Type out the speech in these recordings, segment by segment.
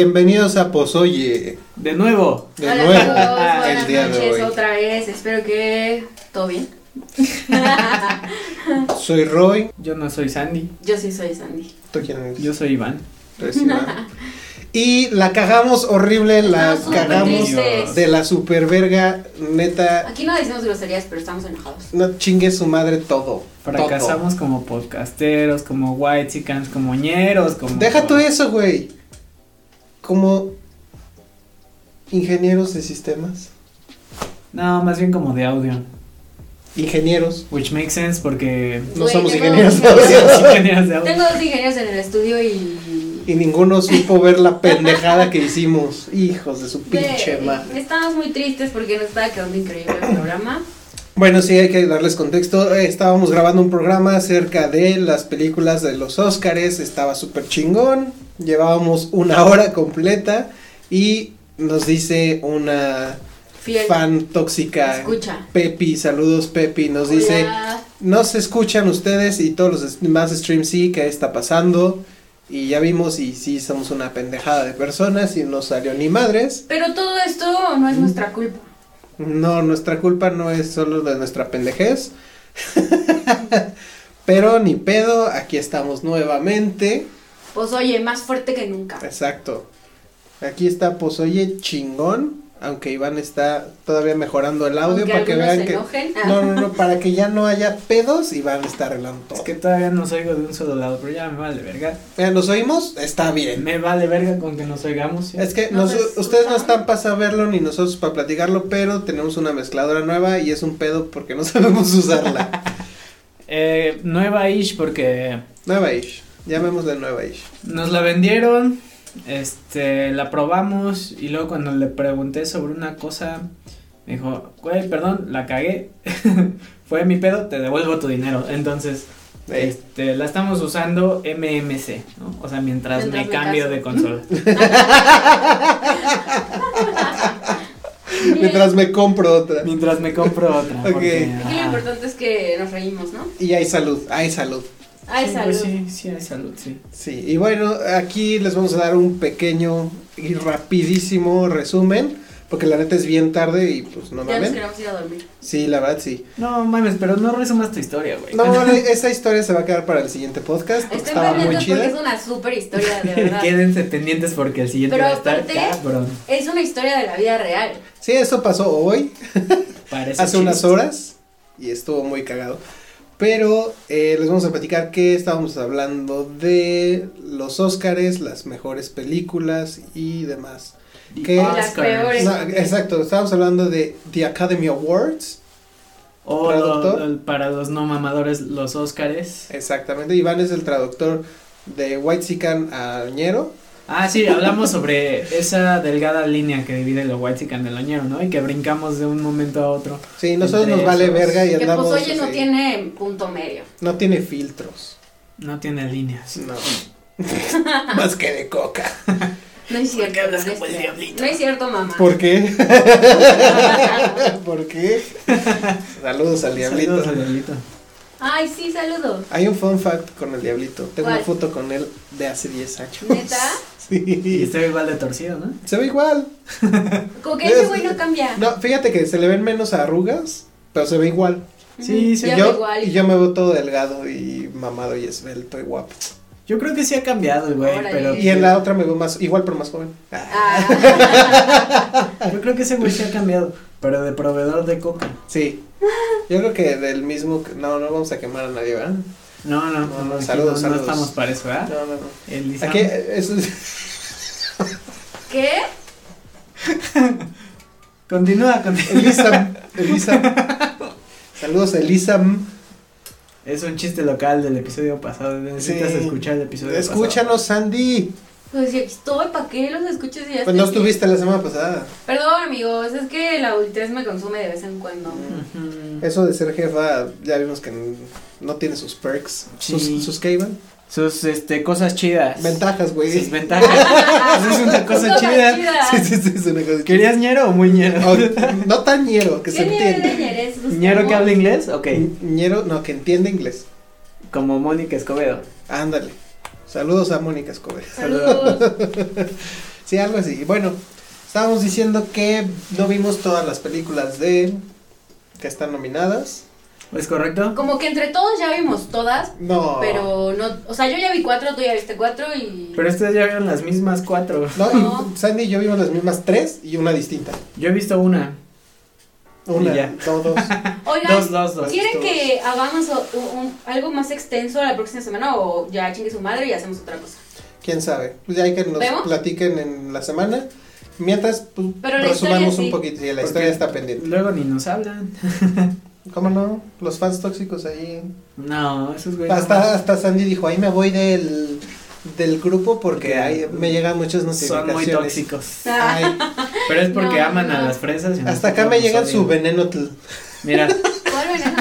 Bienvenidos a Pozoye. De nuevo. De Hola nuevo, amigos, buenas el día noches de hoy. otra vez. Espero que todo bien. Soy Roy. Yo no soy Sandy. Yo sí soy Sandy. ¿Tú quién eres? Yo soy Iván. Eres Iván. Y la cagamos horrible, la Estamos súper cagamos tristes. de la superverga, neta. Aquí no decimos groserías, pero estamos enojados. No chingue su madre todo. Fracasamos como podcasteros, como white chickens, como ñeros, como. todo. Deja tú eso, güey. Como ingenieros de sistemas. No, más bien como de audio. Ingenieros. Which makes sense porque. No Güey, somos tengo ingenieros de dos ingenieros. audio. somos ingenieros de audio. Tengo dos ingenieros en el estudio y. Y ninguno supo ver la pendejada que hicimos. Hijos de su pinche de- madre. Estamos muy tristes porque nos estaba quedando increíble el programa. Bueno, sí, hay que darles contexto. Eh, Estábamos grabando un programa acerca de las películas de los Óscares. Estaba súper chingón. Llevábamos una hora completa. Y nos dice una Fiel. fan tóxica. Escucha. Pepi, saludos Pepi. Nos Hola. dice, no se escuchan ustedes y todos los es- más streams sí, ¿qué está pasando? Y ya vimos y sí, somos una pendejada de personas y no salió ni madres. Pero todo esto no es nuestra culpa. No, nuestra culpa no es solo de nuestra pendejez. Pero ni pedo, aquí estamos nuevamente. Pues oye, más fuerte que nunca. Exacto. Aquí está Pozoye chingón, aunque Iván está todavía mejorando el audio Aunque para que algunos vean se que enojen. No, no, no, para que ya no haya pedos, Iván está arreglando todo. Es que todavía nos oigo de un solo lado, pero ya me vale verga. Mira, nos oímos, está bien. Me vale verga con que nos oigamos. ¿sí? Es que No, nos- pues, ustedes no ajá. están para saberlo ni nosotros para platicarlo, pero tenemos una mezcladora nueva y es un pedo porque no sabemos usarla. Eh, nueva ish porque nueva ish, llamémosle nueva ish. Nos la vendieron, este, la probamos y luego cuando le pregunté sobre una cosa, me dijo, güey, perdón, la cagué, fue mi pedo, te devuelvo tu dinero. Entonces, Ey. este, la estamos usando MMC, ¿no? O sea, mientras, Mientras me me cambio caso. de consola. Mientras me compro otra. mientras me compro otra. Ok. porque, Aquí lo ah, importante es que nos reímos, ¿no? Y hay salud, hay salud. Ay, sí, salud. pues sí, sí, hay salud, sí. Sí, y bueno, aquí les vamos a dar un pequeño y rapidísimo resumen, porque la neta es bien tarde y pues no Ya nos mamen. queremos ir a dormir. Sí, la verdad sí. No mames, pero no resumas tu historia, güey. No, bueno, esa historia se va a quedar para el siguiente podcast, porque Estoy estaba muy pendiente porque es chida. una super historia, de verdad. Quédense pendientes porque el siguiente Pero va a estar aparte- cabrón. es una historia de la vida real. Sí, eso pasó hoy, Parece hace unas chiste. horas, y estuvo muy cagado. Pero eh, les vamos a platicar que estábamos hablando de los Óscares, las mejores películas y demás. The que- Oscars. Las peores. No, exacto, estábamos hablando de The Academy Awards. O Traductor. lo- lo- para los no mamadores, los Óscares. Exactamente, Iván es el traductor de White Sican a Ñero. Ah, sí, hablamos sobre esa delgada línea que divide lo Whitezican del Oñero, ¿no? Y que brincamos de un momento a otro. Sí, nosotros Entre nos vale esos. verga y Que pues andamos. oye no así. tiene punto medio. No tiene filtros. No tiene líneas. No. Más que de coca. No es cierto. qué hablas no es como el cierto. diablito? No es cierto, mamá. ¿Por qué? ¿Por qué? Saludos al diablito. Saludos al diablito. Ay, sí, saludos. Hay un fun fact con el diablito. Tengo una ¿Cuál? foto con él de hace 10 años. ¿Neta? Y Sí. está igual de torcido, ¿no? Se ve igual. Como que ese güey no cambia. No, fíjate que se le ven menos arrugas, pero se ve igual. Ujú, Sí, sí, ya yo, ve igual. y yo me veo todo delgado y mamado y esbelto y guapo. Yo creo que sí ha cambiado, güey, Órale. pero... Y en la otra me veo más, igual pero más joven. Ah, Yo creo que ese güey sí ha cambiado, pero de proveedor de coca. Ah. Sí. Yo creo que del mismo, no, no vamos a quemar a nadie, ¿verdad? No, no, No, no, no, aquí saludos, no, no saludos. estamos para eso, Ah. ¿verdad? No, no, no. El Lizama. Aquí, eh, eso es- ¿Qué? Continúa, continúa. Elisa, Elisa. Saludos a Elisa. Es un chiste local del episodio pasado, necesitas Sí. escuchar el episodio pasado. Escúchanos, Sandy. Pues si aquí estoy, ¿para qué los escuches y ya Pues no estoy? estuviste la semana pasada. Perdón, amigos, es que la adultez me consume de vez en cuando. Ujú. Eso de ser jefa, ya vimos que n- no tiene sus perks. Sí. Sus, sus qué iban? Sus este, cosas chidas. Ventajas, güey. Sus ventajas. Eso es una cosa Cosas chida. chidas. Sí, sí, sí, es una cosa ¿Querías ñero o muy ñero? Oh, no tan ñero, que se ¿Qué nivel de entiende. ñerez es usted, ¿Ñero que amor? habla inglés? Ok. Mm. Ñero, no, que entiende inglés. Como Mónica Escobedo. Ándale. Saludos a Mónica Escobar. Saludos. Sí, algo así. Bueno, estábamos diciendo que no vimos todas las películas de que están nominadas. ¿Es correcto? Como que entre todos ya vimos todas, No. pero no. O sea, yo ya vi cuatro, tú ya viste cuatro y. Pero ustedes ya vieron las mismas cuatro. No, No. y Sandy y yo vimos las mismas tres y una distinta. Yo he visto una. Una, Y ya. no, dos. Oigan, Dos, dos, dos. ¿quieren Todos. que hagamos o- un- un- algo más extenso la próxima semana o ya chingue su madre y hacemos otra cosa? Quién sabe. Pues ya hay que nos ¿Vemos? platiquen en la semana. Mientras, pues, Pero la resumamos historia un sí. poquito. Sí, la Porque- historia está pendiente. Luego ni nos hablan. ¿Cómo no? Los fans tóxicos ahí. No, esos güeyes. Hasta, hasta Sandy dijo, ahí me voy del, del grupo porque Porque ahí me llegan muchas Son notificaciones. muy tóxicos. Ay, Pero es porque No, aman a no. las fresas. y hasta nosotros acá me nos llegan su odian. veneno. tl. Mira. ¿Cuál veneno?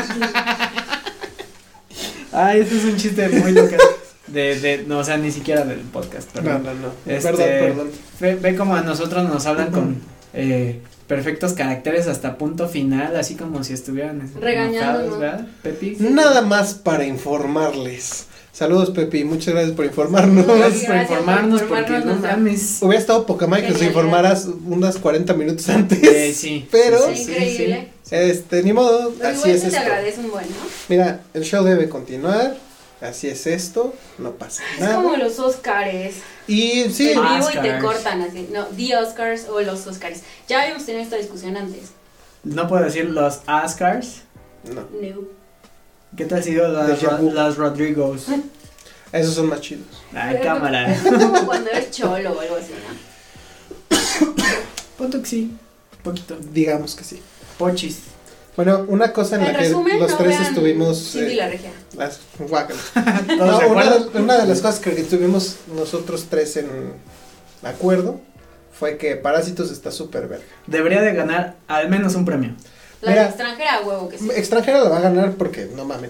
Ay, este es un chiste muy local. De, de, no, o sea, ni siquiera del podcast, No, perdón. no, no. Este- Perdón, perdón. Ve, ve como a nosotros nos hablan con eh, perfectos caracteres hasta punto final, así como si estuvieran enojados, Regañándonos. ¿verdad, Pepi? Nada más para informarles. Saludos, Pepi. Muchas gracias por informarnos. Gracias por Gracias por informarnos porque informarnos, no o sea. mames. Hubiera estado poca madre que nos Genial. informaras unas 40 minutos antes. Eh, sí. Pero- sí, sí, sí, Increíble. sí. Este, ni modo, Pero así igual es se te esto. agradece un buen, ¿no? Mira, el show debe continuar. Así es esto, no pasa Es como nada. los Oscars. Y sí, En vivo y te Oscars. cortan así. No, The Oscars o los Oscars. Ya habíamos tenido esta discusión antes. No puedo decir los Oscars. no, No. ¿Qué te ha sido las, Déjà vu. las Rodrigos? esos son más chidos. Ay, Pero- cámara. Es como cuando eres cholo o algo así, ¿no? Punto que sí. Poquito. Digamos que sí. Pochis. Bueno, una cosa en, En la que resumen, los no tres vean estuvimos. Cindy eh, la regia. las- guácala. ¿Todos No, de Ah, una, acuerdo? de, una de las cosas que estuvimos nosotros tres en acuerdo fue que Parásitos está súper verga. Debería de ganar al menos un premio. La Mira. extranjera, huevo que sí. Extranjera la va a ganar porque no mamen.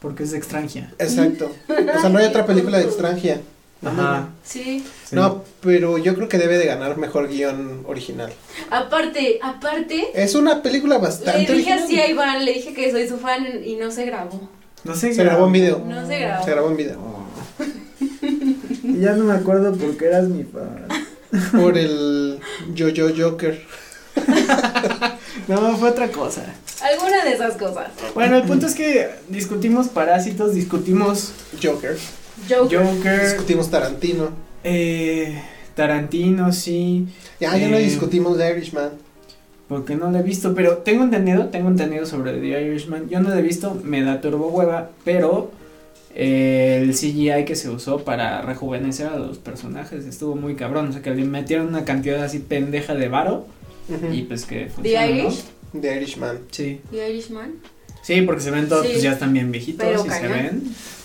Porque es extranjera. Exacto. O sea, no hay otra película de extranjera. No mamen. Ajá. Sí. sí. No, pero yo creo que debe de ganar mejor guión original. Aparte, aparte, Es una película le bastante dije original. así a Iván, le dije que soy su fan y no se grabó. No sé. Se grabó un video. No se grabó. Se grabó en video. Ya no me acuerdo por qué eras mi fan. Por el Yo-Yo Joker. No, fue otra cosa. Alguna de esas cosas. Bueno, el punto es que discutimos parásitos, discutimos Joker. Yo, Joker, Discutimos Tarantino. eh, Tarantino, sí, Ya, ya no Eh. discutimos The Irishman. porque no lo he visto, pero tengo entendido, tengo entendido sobre The Irishman. Yo no lo he visto, me da turbo hueva, pero eh, el CGI que se usó para rejuvenecer a los personajes estuvo muy cabrón, o sea que le metieron una cantidad así pendeja de varo Ujú. y pues que funciona, ¿no? Irish? The Irishman. Sí. The Irishman. Sí, porque se ven todos, Sí. pues ya están bien viejitos Pero y se cañón. ven.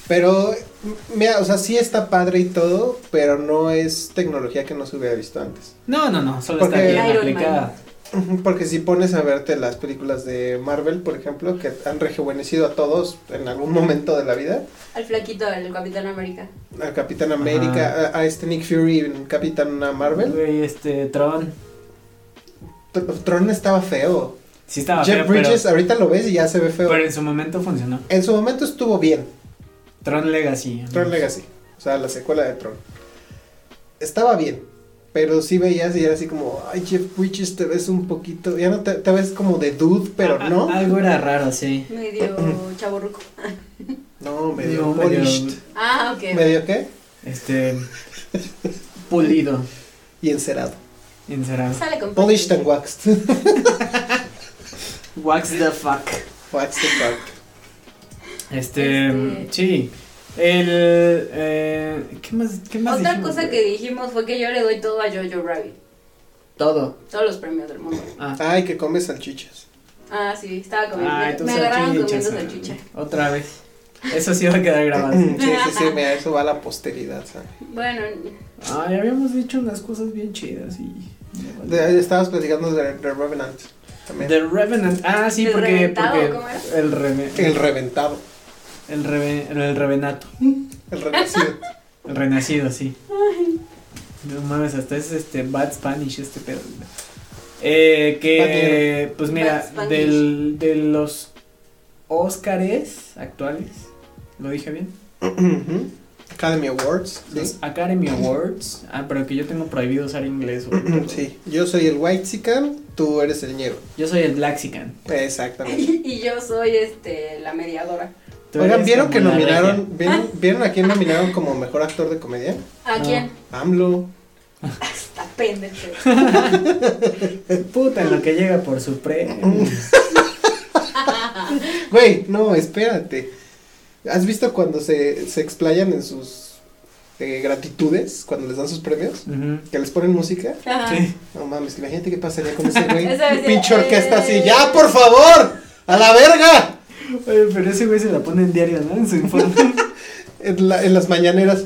Pero, m- mira, o sea, sí está padre y todo, pero no es tecnología que no se hubiera visto antes. No, no, no, solo Porque- está bien Iron Man. aplicada. Ujú, Porque si pones a verte las películas de Marvel, por ejemplo, que han rejuvenecido a todos en algún momento de la vida, Al flaquito del Capitán América. al Capitán América, a, a este Nick Fury en Capitán Marvel, Güey, este, Tron. Tr- Tron estaba feo. Sí estaba Jeff Ah, feo, Bridges ah, pero, ahorita lo ves y ya se ve feo. pero en su momento funcionó. En su momento estuvo bien, Tron Legacy. ¿no? Tron Legacy, o sea, la secuela de Tron. Estaba bien, pero sí veías y era así como, ay, Jeff Bridges, te ves un poquito, ya no te, te ves como de dude, pero Ah, no. Algo era raro, sí. Medio chaborruco. ah. No, medio No, medio- polished. Ah, Eh. ok. ¿Medio qué? Este, pulido, Y encerado. encerado. Sale con Polished and waxed. What's the fuck? waxed and waxed. Este, Este- sí. El, eh, ¿qué más, qué más Otra dijimos, cosa güey? que dijimos fue que yo le doy todo a Jojo Rabbit. Todo. Todos los premios del mundo. Ah, Ay, que come salchichas. Ah, sí, estaba comiendo. ah, me, tú me agarraron salchichas, ah, comiendo salchicha. Otra vez. Eso Ah, sí va a quedar grabado. Sí, sí, sí, mira, eso va a la posteridad, ¿sabes? Bueno, Ay, habíamos dicho unas cosas bien chidas y... De- estabas platicando de, de Revenant también. The Revenant. Ah, sí, ¿El porque, reventado, porque cómo era? el, reve- El reventado. el, reve- el revenato. El renacido. El renacido, sí. No mames, hasta es este Bad Spanish este pedo. güey. Eh, que, pues mira, Bad Spanish. del, de los Óscares actuales, ¿lo dije bien? Academy Awards. Los ¿sí? Academy Awards. Ah, pero que yo tengo prohibido usar inglés. güey, perdón. sí. Yo soy el White Sican, tú eres el ñero. Yo soy el Blaxican. Exactamente. y yo soy este la mediadora. Tú Oigan, eres ¿vieron como que la nominaron, Ah. ¿vieron, ¿vieron a quién nominaron como mejor actor de comedia? ¿A No. quién? AMLO. Hasta pendejo. regia. Eh, Puta, en lo que llega por su Mm. premio. Güey, no, espérate. ¿Has visto cuando se, se explayan en sus eh, gratitudes, cuando les dan sus premios? Ujú. Que les ponen música. Ajá. Sí. No mames, imagínate qué pasaría con ese güey. Esa vez de- Pinche orquesta así. ¡Ya, por favor! ¡A la verga! Oye, pero ese güey se la pone en diario, ¿no? En su informe. En, la- en las mañaneras.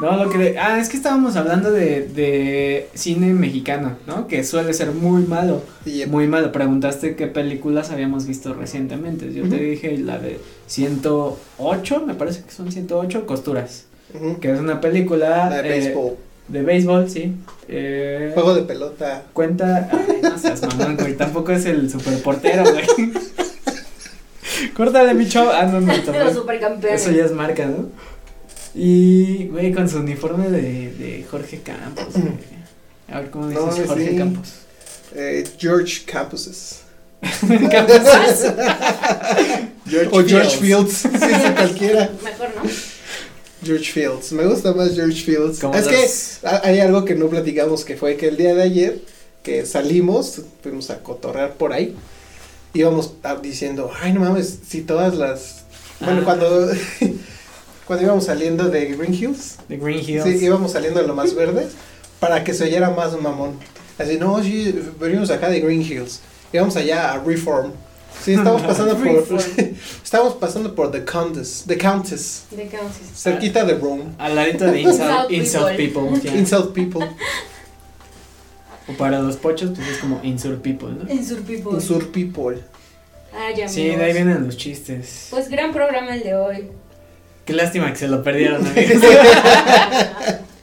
No, lo que... le- Ah, es que estábamos hablando de, de cine mexicano, ¿no? Que suele ser muy malo. Y, Muy malo. Preguntaste qué películas habíamos visto recientemente. Yo te Ujú. dije la de 108, me parece que son 108 costuras. Ujú. Que es una película... La de eh, béisbol. de béisbol, sí. Eh, Juego de pelota. Cuenta. Ay, no seas mamón, güey. Tampoco es el superportero, güey. Córtale, mi chavo. Ah, no, no, tampoco. Los supercampeones. Eso ya es marca, ¿no? Y, güey, con su uniforme de, de Jorge Campos, güey. A ver cómo dices No, sí. Jorge Campos. eh, George Campuses. Campos. George o George Fields. Fields. sí, sí, cualquiera. Mejor, ¿no? George Fields. Me gusta más George Fields. Como es los- que ha- hay algo que no platicamos que fue que el día de ayer que salimos, fuimos a cotorrar por ahí, íbamos a- diciendo, ay no mames, si todas las... Bueno, Ah. cuando, cuando íbamos saliendo de Green Hills, De Green Hills. sí, íbamos saliendo de lo más verdes para que se oyera más mamón. Así, no, sí, venimos acá de Green Hills, íbamos allá a Reform. Sí, estamos pasando por... Reform. estamos pasando por The Countess, The Countess, ¿De qué vamos a decir? cerquita de Rome. Al ladito de Insult Insult, insult People. People. ya. Insult people, O para los pochos, pues es como Insult People, ¿no? En Sur People. insult people. Ah, ya, Sí, de ahí amigos. vienen los chistes. Pues gran programa el de hoy. Qué lástima que se lo perdieron, amigos.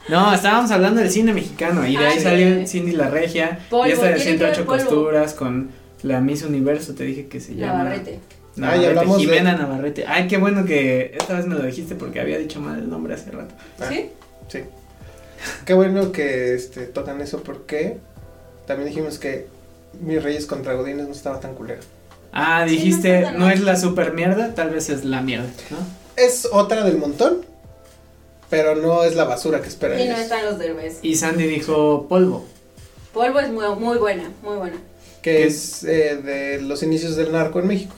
No, estábamos hablando del cine mexicano y de Ah, ahí sí. salió Cindy la Regia Polvo, y esta de tiene que ver 108 polvo. costuras con la Miss Universo, te dije que se llama. Navarrete. Ah, Navarrete, y hablamos de- Jimena Navarrete. Ay, qué bueno que esta vez me lo dijiste porque había dicho mal el nombre hace rato. Ah. ¿Sí? Sí. Qué bueno que este, tocan eso porque también dijimos que Mis Reyes contra Godines no estaba tan culero. Ah, Sí, dijiste, no pasa no, nada". es la super mierda, tal vez es la mierda, ¿no? Es otra del montón, pero no es la basura que esperan. Y no ellos. están los derbes. Y Sandy dijo polvo. Polvo es muy, muy buena, muy buena. Que es eh, de los inicios del narco en México.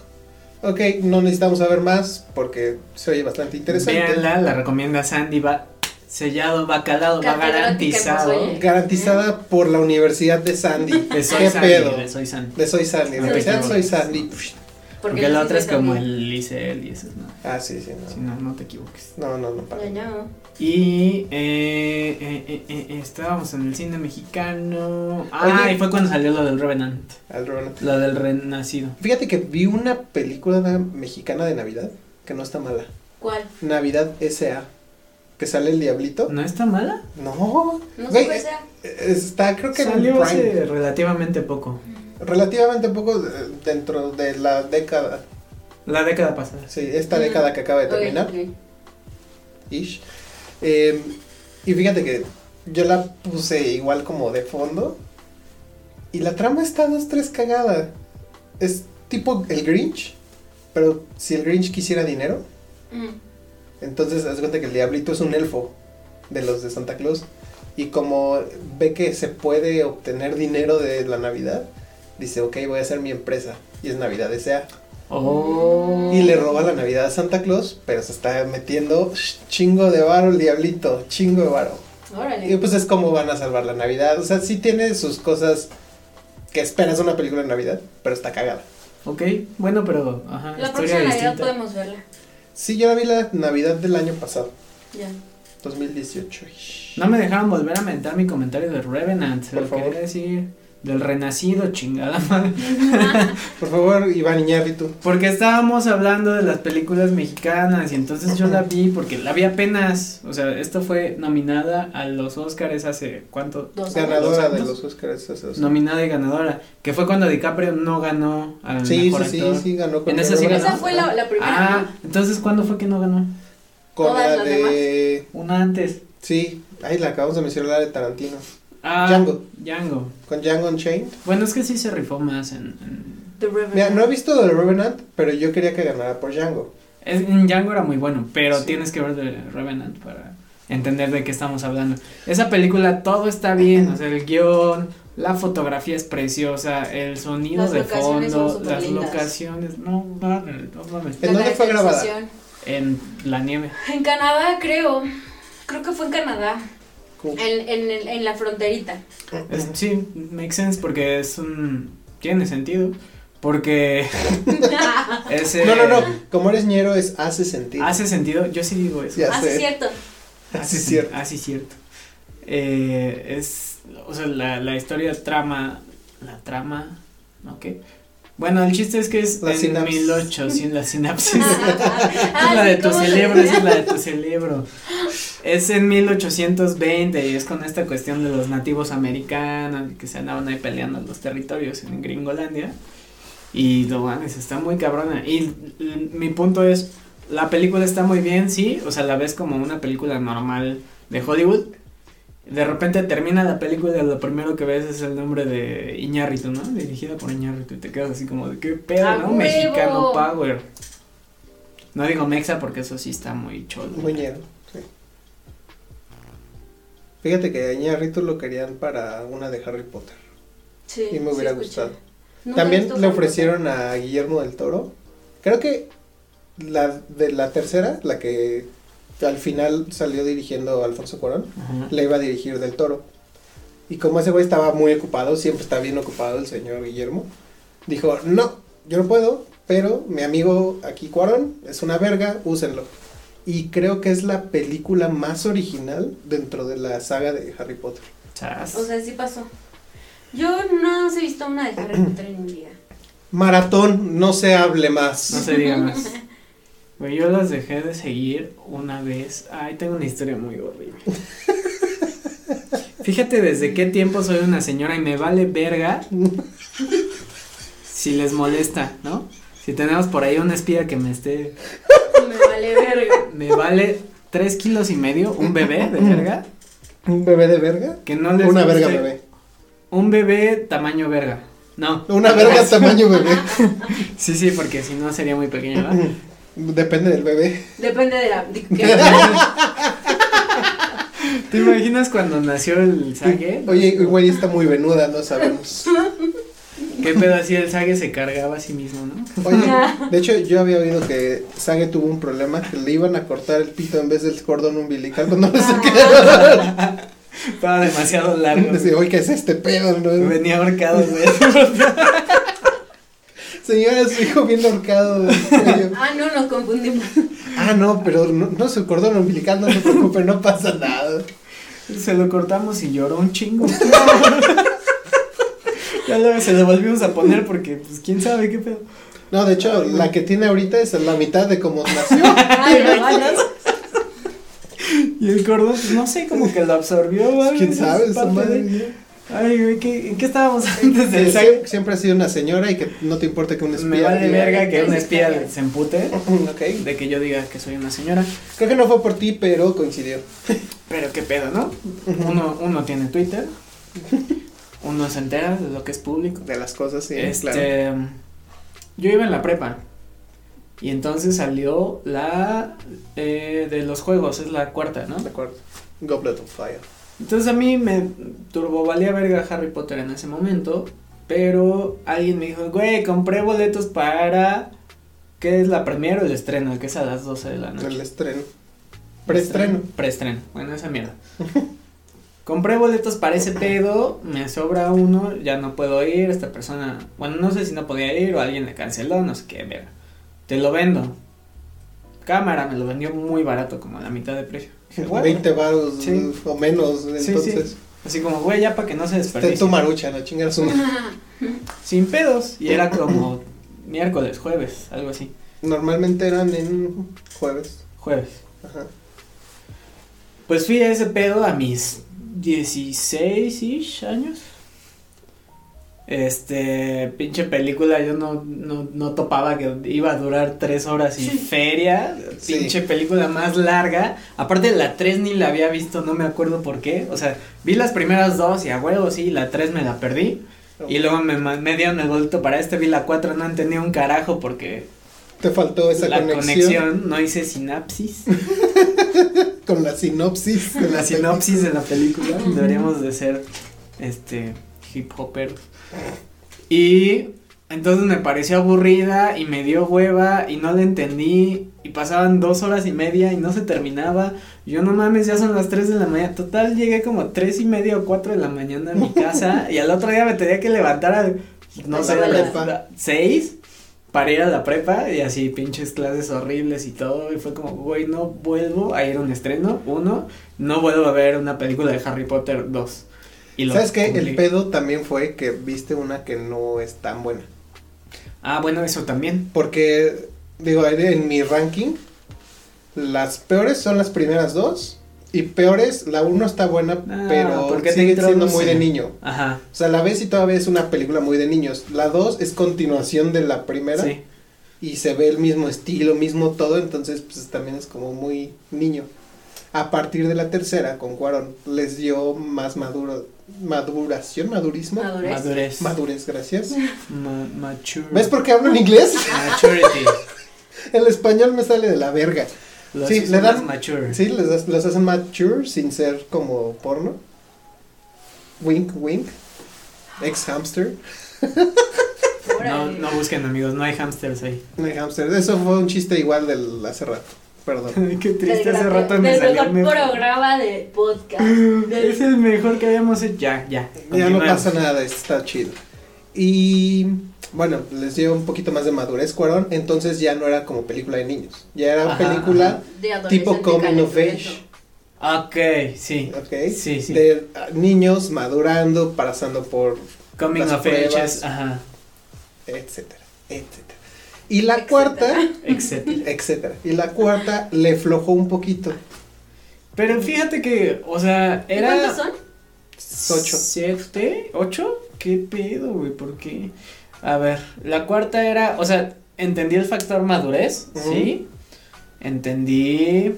Ok, no necesitamos saber más porque se oye bastante interesante. Véanla, la recomienda Sandy, va sellado, bacalado, va Catedrática pues, en garantizado. Pozoye. Garantizada por la Universidad de Sandy. De Soy ¿Qué Sandy, pedo? de Soy Ah, Sandy. De Soy Sandy. Soy Universidad Sandy. Soy Sandy. Porque, yo la sí otra es soy como Sandy. el Licel y eso es nada. Ah, sí, sí, no. Si no, no te equivoques. No, no, no, para. Ya, no. Y eh, eh, eh, eh, estábamos en el cine mexicano. Ah, Oye. y fue cuando salió lo del Revenant. Al Ronald. Lo del Renacido. Fíjate que vi una película na- mexicana de Navidad que no está mala. ¿Cuál? Navidad S.A. Que sale el diablito. ¿No está mala? No. No Güey, sé cuál sea. eh, Está creo que en Salió Prime. hace relativamente poco. Relativamente poco eh, dentro de la década. La década pasada. Sí, esta Ujú. década que acaba de Ok, terminar. ok. Ish. Eh, y fíjate que yo la puse igual como de fondo. Y la trama está dos, tres cagada. Es tipo el Grinch. Pero si el Grinch quisiera dinero. Mm. Entonces, haz cuenta que el diablito es un elfo de los de Santa Claus. Y como ve que se puede obtener dinero de la Navidad, dice, ok, voy a hacer mi empresa. Y es Navidad S.A. Oh. Y le roba la Navidad a Santa Claus, pero se está metiendo sh, chingo de varo el diablito, chingo de varo. Órale. Y pues es como van a salvar la Navidad. O sea, sí tiene sus cosas que esperas de una película de Navidad, pero está cagada. Ok, bueno, pero. Ajá, la historia próxima Navidad distinta. podemos verla. Sí, yo la vi la Navidad del año pasado, Ya. 2018. No me dejaron volver a mentar mi comentario de Revenant. Se Por lo favor. quería decir. Del Renacido, chingada madre. Por favor, Iván Iñárritu. Porque estábamos hablando de las películas mexicanas y entonces yo la vi porque la vi apenas, o sea, esto fue nominada a los Óscares hace cuánto, Dos años. Ganadora años. de los Oscars. hace dos nominada y ganadora, que fue cuando DiCaprio no ganó al Sí, mejor sí, sí, actor. Ah, sí, ganó con En esa sí Revenant. ganó. Esa fue la, la primera. Ah, entonces ¿cuándo fue que no ganó? Con Todas la las de. Una antes. Sí, ahí la acabamos de mencionar, la de Tarantino. Ah, Django. Django. Con Django Unchained. Bueno, es que sí se rifó más en. en- The Revenant. Mira, no he visto The Revenant, pero yo quería que ganara por Django. es- en Django era muy bueno, pero Sí. tienes que ver The Revenant para entender de qué estamos hablando. Esa película todo está bien, o sea, el guión, la fotografía es preciosa, el sonido Las de locaciones son fondo, las superlindas. locaciones, no mames, no mames. ¿En dónde fue grabada? caracterización. En la nieve. En Canadá, creo. Creo que fue en Canadá. Como- este, En, en, en, en la fronterita. Es- sí, makes sense porque es un tiene sentido porque Ah, ese No, no, no. Como eres ñero, es hace sentido. hace sentido, yo sí digo eso. Ya ah, sí, sé. es cierto. Así es sen- cierto. Así es cierto. Eh, es o sea, la, la historia trama la trama, ¿no qué? Bueno, el chiste es que es La en sinapsis. 1800 la sinapsis. Ah, es la de sí, tu ¿cómo se cerebro, esa llama? es la de tu cerebro. Es en 1820 y es con esta cuestión de los nativos americanos que se andaban ahí peleando los territorios en Gringolandia. Y no mames, está muy cabrona. Y l- mi punto es, la película está muy bien, sí, o sea, la ves como una película normal de Hollywood. De repente termina la película y lo primero que ves es el nombre de Iñárritu, ¿no? Dirigida por Iñárritu y te quedas así como de qué pedo, ¡A ¿no? huevo! Mexicano Power. No digo mexa porque eso sí está muy cholo. Muy ñero. sí. Fíjate que a Iñárritu lo querían para una de Harry Potter. Sí, Y me sí hubiera escuché. gustado. Nunca he También visto le Harry ofrecieron a Guillermo del Toro. Creo que la de la tercera, la que al final salió dirigiendo Alfonso Cuarón, Ajá. la iba a dirigir del Toro. Y como ese güey estaba muy ocupado, siempre está bien ocupado el señor Guillermo, dijo, no, yo no puedo, pero mi amigo aquí Cuarón es una verga, úsenlo. Y creo que es la película más original dentro de la saga de Harry Potter. Chas. Potter. O sea, sí pasó. Yo no he visto una de Harry Potter en mi vida. Maratón, no se hable más. No se diga más. Güey, yo las dejé de seguir una vez. Ay, tengo una historia muy horrible. Fíjate desde qué tiempo soy una señora y me vale verga si les molesta, ¿no? Si tenemos por ahí un espía que me esté. Me vale verga. Me vale tres kilos y medio, un bebé de verga. ¿Un bebé de verga? Que no les Una verga guste. bebé. Un bebé tamaño verga. No. Una verga tamaño bebé. Sí, sí, porque si no sería muy pequeño, ¿verdad? Depende del bebé. Depende de la. de qué- ¿Te imaginas cuando nació el Sage? Oye, güey, está muy venuda, no sabemos. ¿Qué pedo así el Sage se cargaba a sí mismo, no? Oye, Ya. de hecho yo había oído que Sage tuvo un problema que le iban a cortar el pito en vez del cordón umbilical cuando le sacaron. Estaba demasiado largo. Decía, oye, ¿qué es este pedo? no? Venía ahorcado, güey. Señora, su hijo bien ahorcado. del cuello. Ah, no, nos confundimos. Ah, no, pero no, no su cordón umbilical, no se preocupe, no pasa nada. Se lo cortamos y lloró un chingo. ya luego se lo volvimos a poner porque, pues, quién sabe qué pedo. No, de hecho, la que tiene ahorita es la mitad de como nació. Ay, me vale. Y el cordón, pues, no sé, como que lo absorbió, güey. Pues, ¿Quién es sabe? Su parte de- madre. Ay, güey, ¿qué, ¿en qué estábamos antes Que del sie- Sage? siempre ha sido una señora y que no te importa que un espía. Me vale verga que un espía Entonces, se empute Ok. de que yo diga que soy una señora. Creo que no fue por ti, pero coincidió. Pero qué pedo, ¿no? Uno, uno tiene Twitter, uno se entera de lo que es público. De las cosas, sí, este, claro. Yo iba en la prepa y entonces salió la eh, de los juegos, es la cuarta, ¿no? De acuerdo. Goblet of Fire. Entonces a mí me turbovalía verga Harry Potter en ese momento, pero alguien me dijo, güey, compré boletos para... ¿Qué es la primera o el estreno? Que es a las 12 de la noche. El estreno. Preestreno. Preestreno, bueno, esa mierda. Compré boletos para ese pedo, me sobra uno, ya no puedo ir, esta persona, bueno, no sé si no podía ir o alguien le canceló, no sé qué, verga. Te lo vendo. Cámara, me lo vendió muy barato, como a la mitad de precio. Dije, "Bueno". 20 baros Sí. mm, o menos, sí. entonces. Así como, güey, ya para que no se Está en tu desperdicie. marucha, no chingar su madre. Sin pedos. Y era como miércoles, jueves, algo así. Normalmente eran en jueves. Jueves. Ajá. Pues fui a ese pedo a mis 16 -ish años. Este, pinche película, yo no, no, no topaba que iba a durar tres horas y feria. Sí. Pinche película más larga. Aparte, la tres ni la había visto, no me acuerdo por qué. O sea, vi las primeras dos y a huevo, sí, la tres me la perdí. Y luego me, ma- me dieron el boleto para este, vi la cuatro, no entendí un carajo porque Te faltó esa la conexión, conexión. no hice sinapsis. con la sinopsis. de la peli. sinopsis de la película. Deberíamos de ser este hip hopper. Y entonces me pareció aburrida y me dio hueva y no la entendí. Y pasaban dos horas y media y no se terminaba. Yo no mames, ya son las tres de la mañana. Total, llegué como tres y media o cuatro de la mañana a mi casa. y al otro día me tenía que levantar a no Ay, sé, no, a la las prepa. seis para ir a la prepa y así pinches clases horribles y todo. Y fue como, güey, no vuelvo a ir a un estreno. Uno, no vuelvo a ver una película de Harry Potter 2. Y lo ¿Sabes qué? El cumplí. pedo también fue que viste una que no es tan buena. Ah, bueno, eso también. Porque, digo, en mi ranking, las peores son las primeras dos. Y peores, la uno está buena, Ah, pero ¿por qué te sigue siendo muy introduce? de niño. Ajá. O sea, la ves y todavía es una película muy de niños. La dos es continuación de la primera. Sí. y se ve el mismo estilo, mismo todo, entonces pues también es como muy niño. A partir de la tercera con Cuarón les dio más maduro, maduración, madurismo, Madurez. Madurez. madurez, gracias. Ma- mature- ¿Ves por qué hablo en inglés? Maturity. El español me sale de la verga. Los Sí, hizo le dan- más mature. Sí, les ha- los hacen mature sin ser como porno. Wink, wink. Ex hamster. No, Órale. no busquen amigos, no hay hamsters ahí. Ex hamster. Eso fue un chiste igual del hace rato. Perdón. Qué triste, Del hace gran- rato me del salió. mejor me- programa de podcast. Del- Es el mejor que habíamos hecho. Ya, ya. Ya no continuemos. pasa nada, está chido. Y bueno, les dio un poquito más de madurez Cuarón, entonces ya no era como película de niños, ya era Ajá, película de adolescente tipo coming of calentoso. age, Ok, sí. ¿ok? Sí, sí. De ah, niños madurando, pasando por Coming las of ages, pruebas. ajá, etcétera, etcétera. Y la Etcétera. cuarta, etcétera. etcétera. Y la cuarta le flojó un poquito. Pero fíjate que, o sea, ¿Y era... ¿Cuántos son? Ocho. ¿Siete? ¿Ocho? ¿Qué pedo, güey? ¿Por qué? A ver, la cuarta era, o sea, entendí el factor madurez, Ujú. ¿sí? Entendí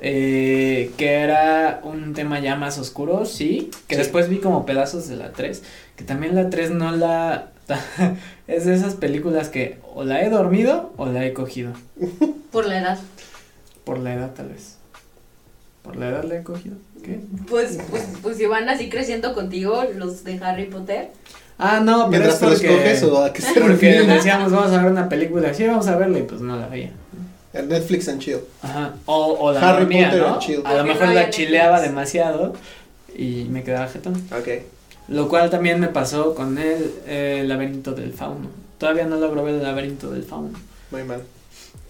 eh, que era un tema ya más oscuro, ¿sí? Que Sí. después vi como pedazos de la 3, que también la 3 no la... es de esas películas que o la he dormido o la he cogido. Por la edad. Por la edad, tal vez. Por la edad la he cogido. ¿Qué? Pues, pues, pues si van así creciendo contigo, los de Harry Potter. Ah, no, pero Mientras es te los porque, coges o a qué se porque refiere. decíamos, vamos a ver una película. Sí, vamos a verla y pues no la veía. El Netflix and chill. Ajá. O, o la Harry dormía, Potter ¿no? and chill. A Porque lo no mejor había la chileaba Netflix. demasiado y me quedaba jetón. Ok. Lo cual también me pasó con el eh, laberinto del fauno. Todavía no logro ver el laberinto del fauno. Muy mal.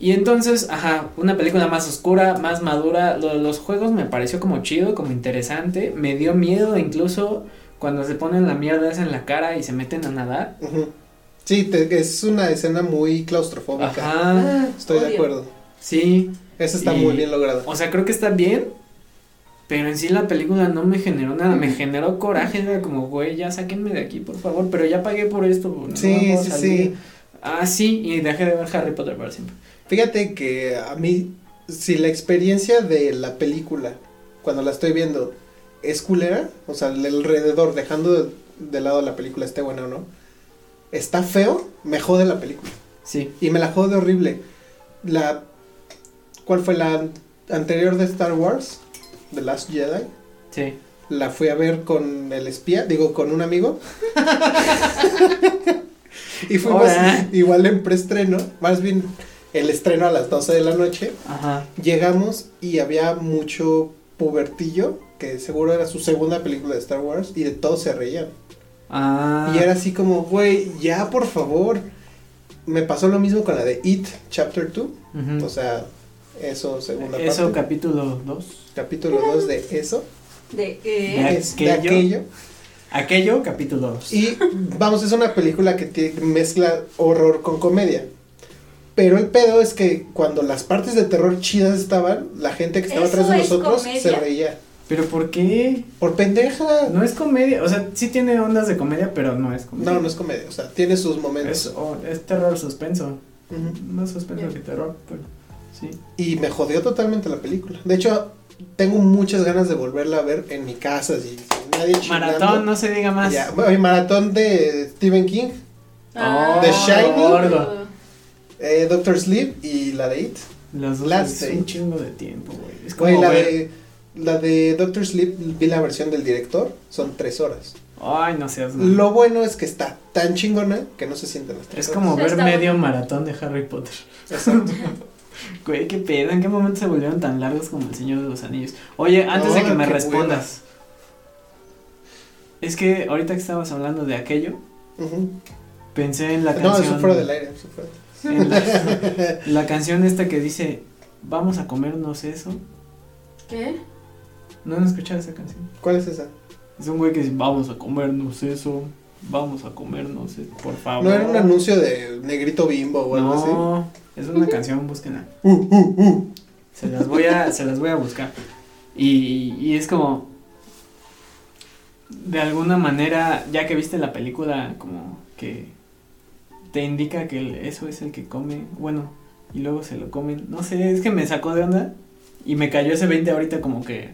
Y entonces, ajá, una película más oscura, más madura. Lo de los juegos me pareció como chido, como interesante. Me dio miedo incluso cuando se ponen la mierda esa en la cara y se meten a nadar. Ujú. Sí, te- es una escena muy claustrofóbica. Ajá, Ah, Ah, Estoy de Odio. acuerdo. sí. Esa está Y- muy bien lograda. O sea, creo que está bien, pero en sí la película no me generó nada. Me generó coraje, era como, güey, ya sáquenme de aquí, por favor. Pero ya pagué por esto. no Sí, puedo sí, salir. sí. Ah, sí, y dejé de ver Harry Potter para siempre. Fíjate que a mí, si la experiencia de la película, cuando la estoy viendo, es culera, o sea, el alrededor, dejando de, de lado la película esté buena o no, está feo, me jode la película. Sí. Y me la jode horrible. La. ¿Cuál fue la an- anterior de Star Wars? The Last Jedi. Sí. La fui a ver con el espía, digo, con un amigo. y fuimos Hola. igual en preestreno, más bien el estreno a las 12 de la noche. Ajá. Llegamos y había mucho pubertillo, que seguro era su segunda película de Star Wars, y de todos se reían. Ah. Y era así como, güey, ya por favor. Me pasó lo mismo con la de It, Chapter 2. Ujú. O sea, eso, pues, segunda Mm. Eso, parte. capítulo 2. capítulo 2 de eso. De, eh, Ya. es de Aquello. aquello. Aquello, capítulo 2. Y vamos, es una película que tie- mezcla horror con comedia. Pero el pedo es que cuando las partes de terror chidas estaban, la gente que estaba ¿Eso atrás de es nosotros se comedia? reía. ¿Pero por qué? Por pendeja. No es comedia, o sea, sí tiene ondas de comedia, pero no es comedia. No, no es comedia, o sea, tiene sus Es, momentos. o- es terror suspenso. Ujú. Más suspenso que terror, pero sí. Y me jodió totalmente la película. De hecho, tengo muchas ganas de volverla a ver en mi casa. Si, si nadie chingando. Maratón, no se diga más. Ya, bueno, y maratón de Stephen King, Ah, The Shining. Oh, Gordo. eh, Doctor Sleep y la de It. Las dos Last es Day. un chingo de tiempo, güey. Es como Güey, la ver- de, la de Doctor Sleep vi la versión del director, son tres horas. Ay, no seas mal. Lo bueno es que está tan chingona que no se sienten las tres Es como Está ver bueno. medio maratón de Harry Potter. horas. Exacto. Güey, qué pedo, ¿en qué momento se volvieron tan largos como el Señor de los Anillos? Oye, antes de No, que me qué respondas. Es que ahorita que estabas hablando de aquello, Ujú. pensé en la No, canción. eso fuera del aire. eso fuera. en la, la canción esta que dice, vamos a comernos eso. ¿Qué? ¿No han escuchado esa canción? ¿Cuál es esa? Es un güey que dice, vamos a comernos eso, vamos a comernos eso, por favor. ¿No era un anuncio de Negrito Bimbo o algo así? No, es una canción, búsquenla. Uh, uh, uh. Se las voy a, se las voy a buscar. Y, y es como. De alguna manera, ya que viste la película, como que te indica que el- eso es el que come. Bueno, y luego se lo comen. No sé, es que me sacó de onda. Y me cayó ese 20 ahorita, como que.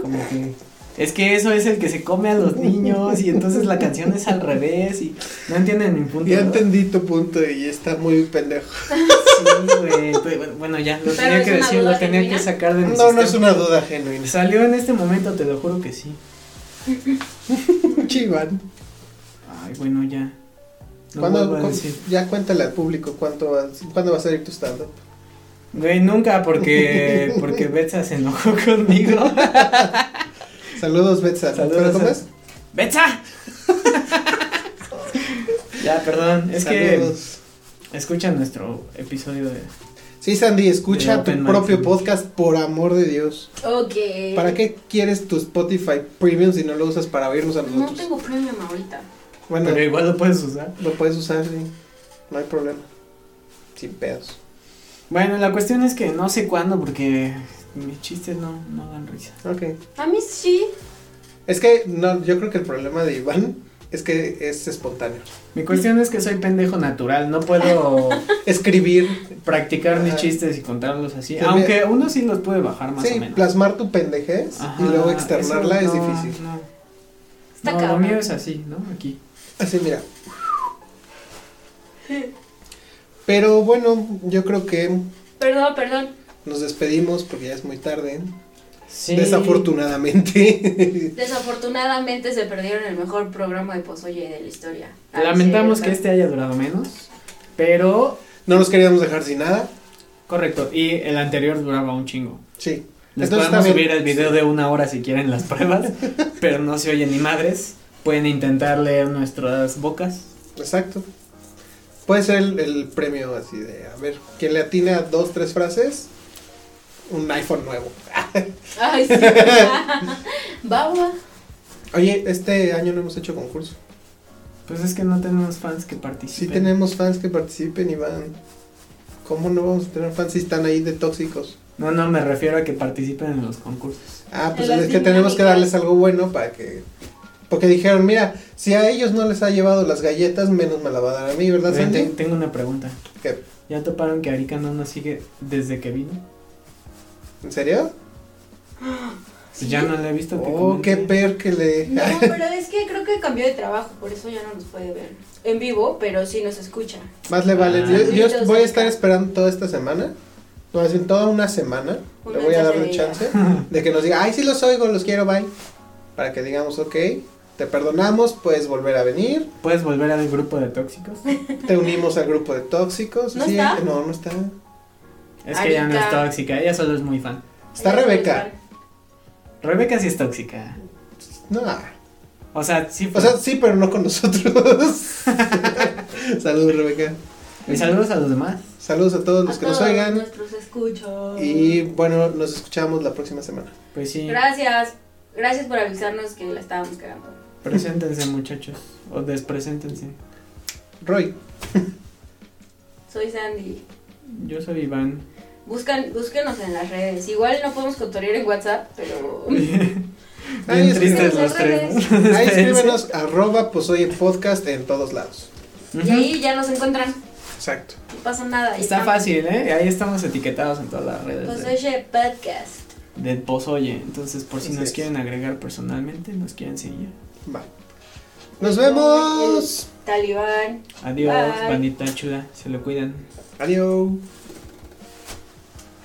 Como que. Es que eso es el que se come a los niños. Y entonces la canción es al revés. Y no entienden mi punto. Ya ¿no? entendí tu punto y está muy pendejo. Sí, güey. Pues, Bueno, ya, lo Pero tenía es que una decir, lo duda tenía que genuina. sacar de mi No, no sistema. es una duda genuina. Salió en este momento, te lo juro que sí. Chiván. Ay, bueno, ya. No ¿Cuándo, vuelvo a cu- decir. ya cuéntale al público cuánto vas, cuándo vas a ir tu stand-up. Güey, nunca, porque, porque Betsa se enojó conmigo. Saludos, Betsa. Saludos, ¿Pero cómo a- es? ¡Betsa! ya, perdón, es Saludos. que escucha nuestro episodio de... Sí, Sandy, escucha De tu Open Mic. propio podcast, por amor de Dios. Ok. ¿Para qué quieres tu Spotify Premium si no lo usas para oírnos a No nosotros? tengo premium ahorita. Bueno, Pero igual lo puedes usar. lo puedes usar, sí. No hay problema. Sin pedos. Bueno, la cuestión es que no sé cuándo, porque mis chistes no, no dan risa. Ok. A mí sí. Es que no, yo creo que el problema de Iván es que es espontáneo. Mi cuestión es que soy pendejo natural, no puedo Escribir, practicar mis Ajá. chistes y contarlos así. Pero Aunque uno sí los puede bajar más o sí, menos. plasmar tu pendejez Ajá, y luego eso externarla es no, difícil. No, Está No, lo cabrón. mío es así, ¿no? Aquí. Así, mira. Pero bueno, yo creo que Perdón, perdón. nos despedimos porque ya es muy tarde. Sí. Desafortunadamente. Desafortunadamente se perdieron el mejor programa de Pozoye de la historia. Ay, Lamentamos Ah, sí, que pero- este haya durado menos, pero no nos queríamos dejar sin nada. correcto. Y el anterior duraba un chingo. Sí. Les Entonces, podemos también- subir el video de una hora si quieren las pruebas, pero no se oye ni madres. Pueden intentar leer nuestras bocas. Exacto. Puede ser el, el premio así de, a ver, quien le atina dos, tres frases, un iPhone nuevo. este- Ay, sí. Baba. Oye, este año no hemos hecho concurso. Pues es que no tenemos fans que Sí participen. tenemos fans que participen y van. ¿Cómo no vamos a tener fans si están ahí de tóxicos? No, no, me refiero a que participen en los concursos. Ah, pues En las es que tenemos que dinámicas. darles algo bueno para que... Porque dijeron, mira, si a ellos no les ha llevado las galletas, menos me la va a dar a mí, ¿verdad, Oigan, te- Sandy? tengo una pregunta. ¿Qué? ¿Ya toparon que Arika no nos sigue desde que vino? ¿En serio? Pues ya no la he visto. que Oh, comente. qué per que le... No, pero es que creo que cambió de trabajo, por eso ya no nos puede ver en vivo, pero sí nos escucha. Más le vale. Ah. Yo- yo, Entonces, voy a acá. estar esperando toda esta semana. No, es en toda una semana. Un le voy a dar mensaje un de chance de que nos diga, ay, sí los oigo, los quiero, bye. Para que digamos, ok, te perdonamos, puedes volver a venir. ¿Puedes volver al grupo de tóxicos? Te unimos al grupo de tóxicos. ¿No sí, está? No, no está. Es que ya no es Arika. tóxica, ella solo es muy fan. Está Ella es Rebeca. Rebeca sí es tóxica. No. O sea, sí. O fue- sea, sí, pero no con nosotros. Saludos, Rebeca. y saludos a los demás. Saludos a todos muy los fan. A que nos todos oigan. Nuestros escuchos. Y bueno, nos escuchamos la próxima semana. Pues sí, Gracias. Gracias por avisarnos que la estábamos cagando. preséntense muchachos. O despreséntense. Roy. Soy Sandy. Yo soy Iván. Buscan, búsquenos en las redes. Igual no podemos contorear en WhatsApp, pero. Ahí Bien es- tristes en los las tres. redes. ¿no? Ahí escríbenos arroba pues oye podcast en todos lados. Y ahí ya nos encuentran. Exacto. No pasa nada. ahí Está estamos. fácil, ¿eh? Ahí estamos etiquetados en todas las redes Pues de, oye, podcast. de Pozoye. Entonces, por si Así nos es. quieren agregar personalmente, nos quieren seguir. Va. Nos vemos. Talibán. Adiós, Bye. bandita chula. Se lo cuidan. Adiós.